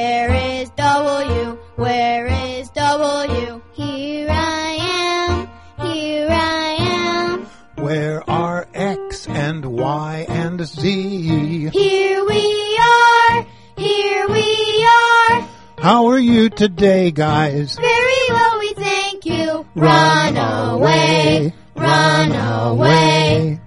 is W? Where is W? Here I am. Here I am. Where are X and Y and Z? Here we are. Here we are. How are you today, guys? Very well, we thank you. Run away. Run away.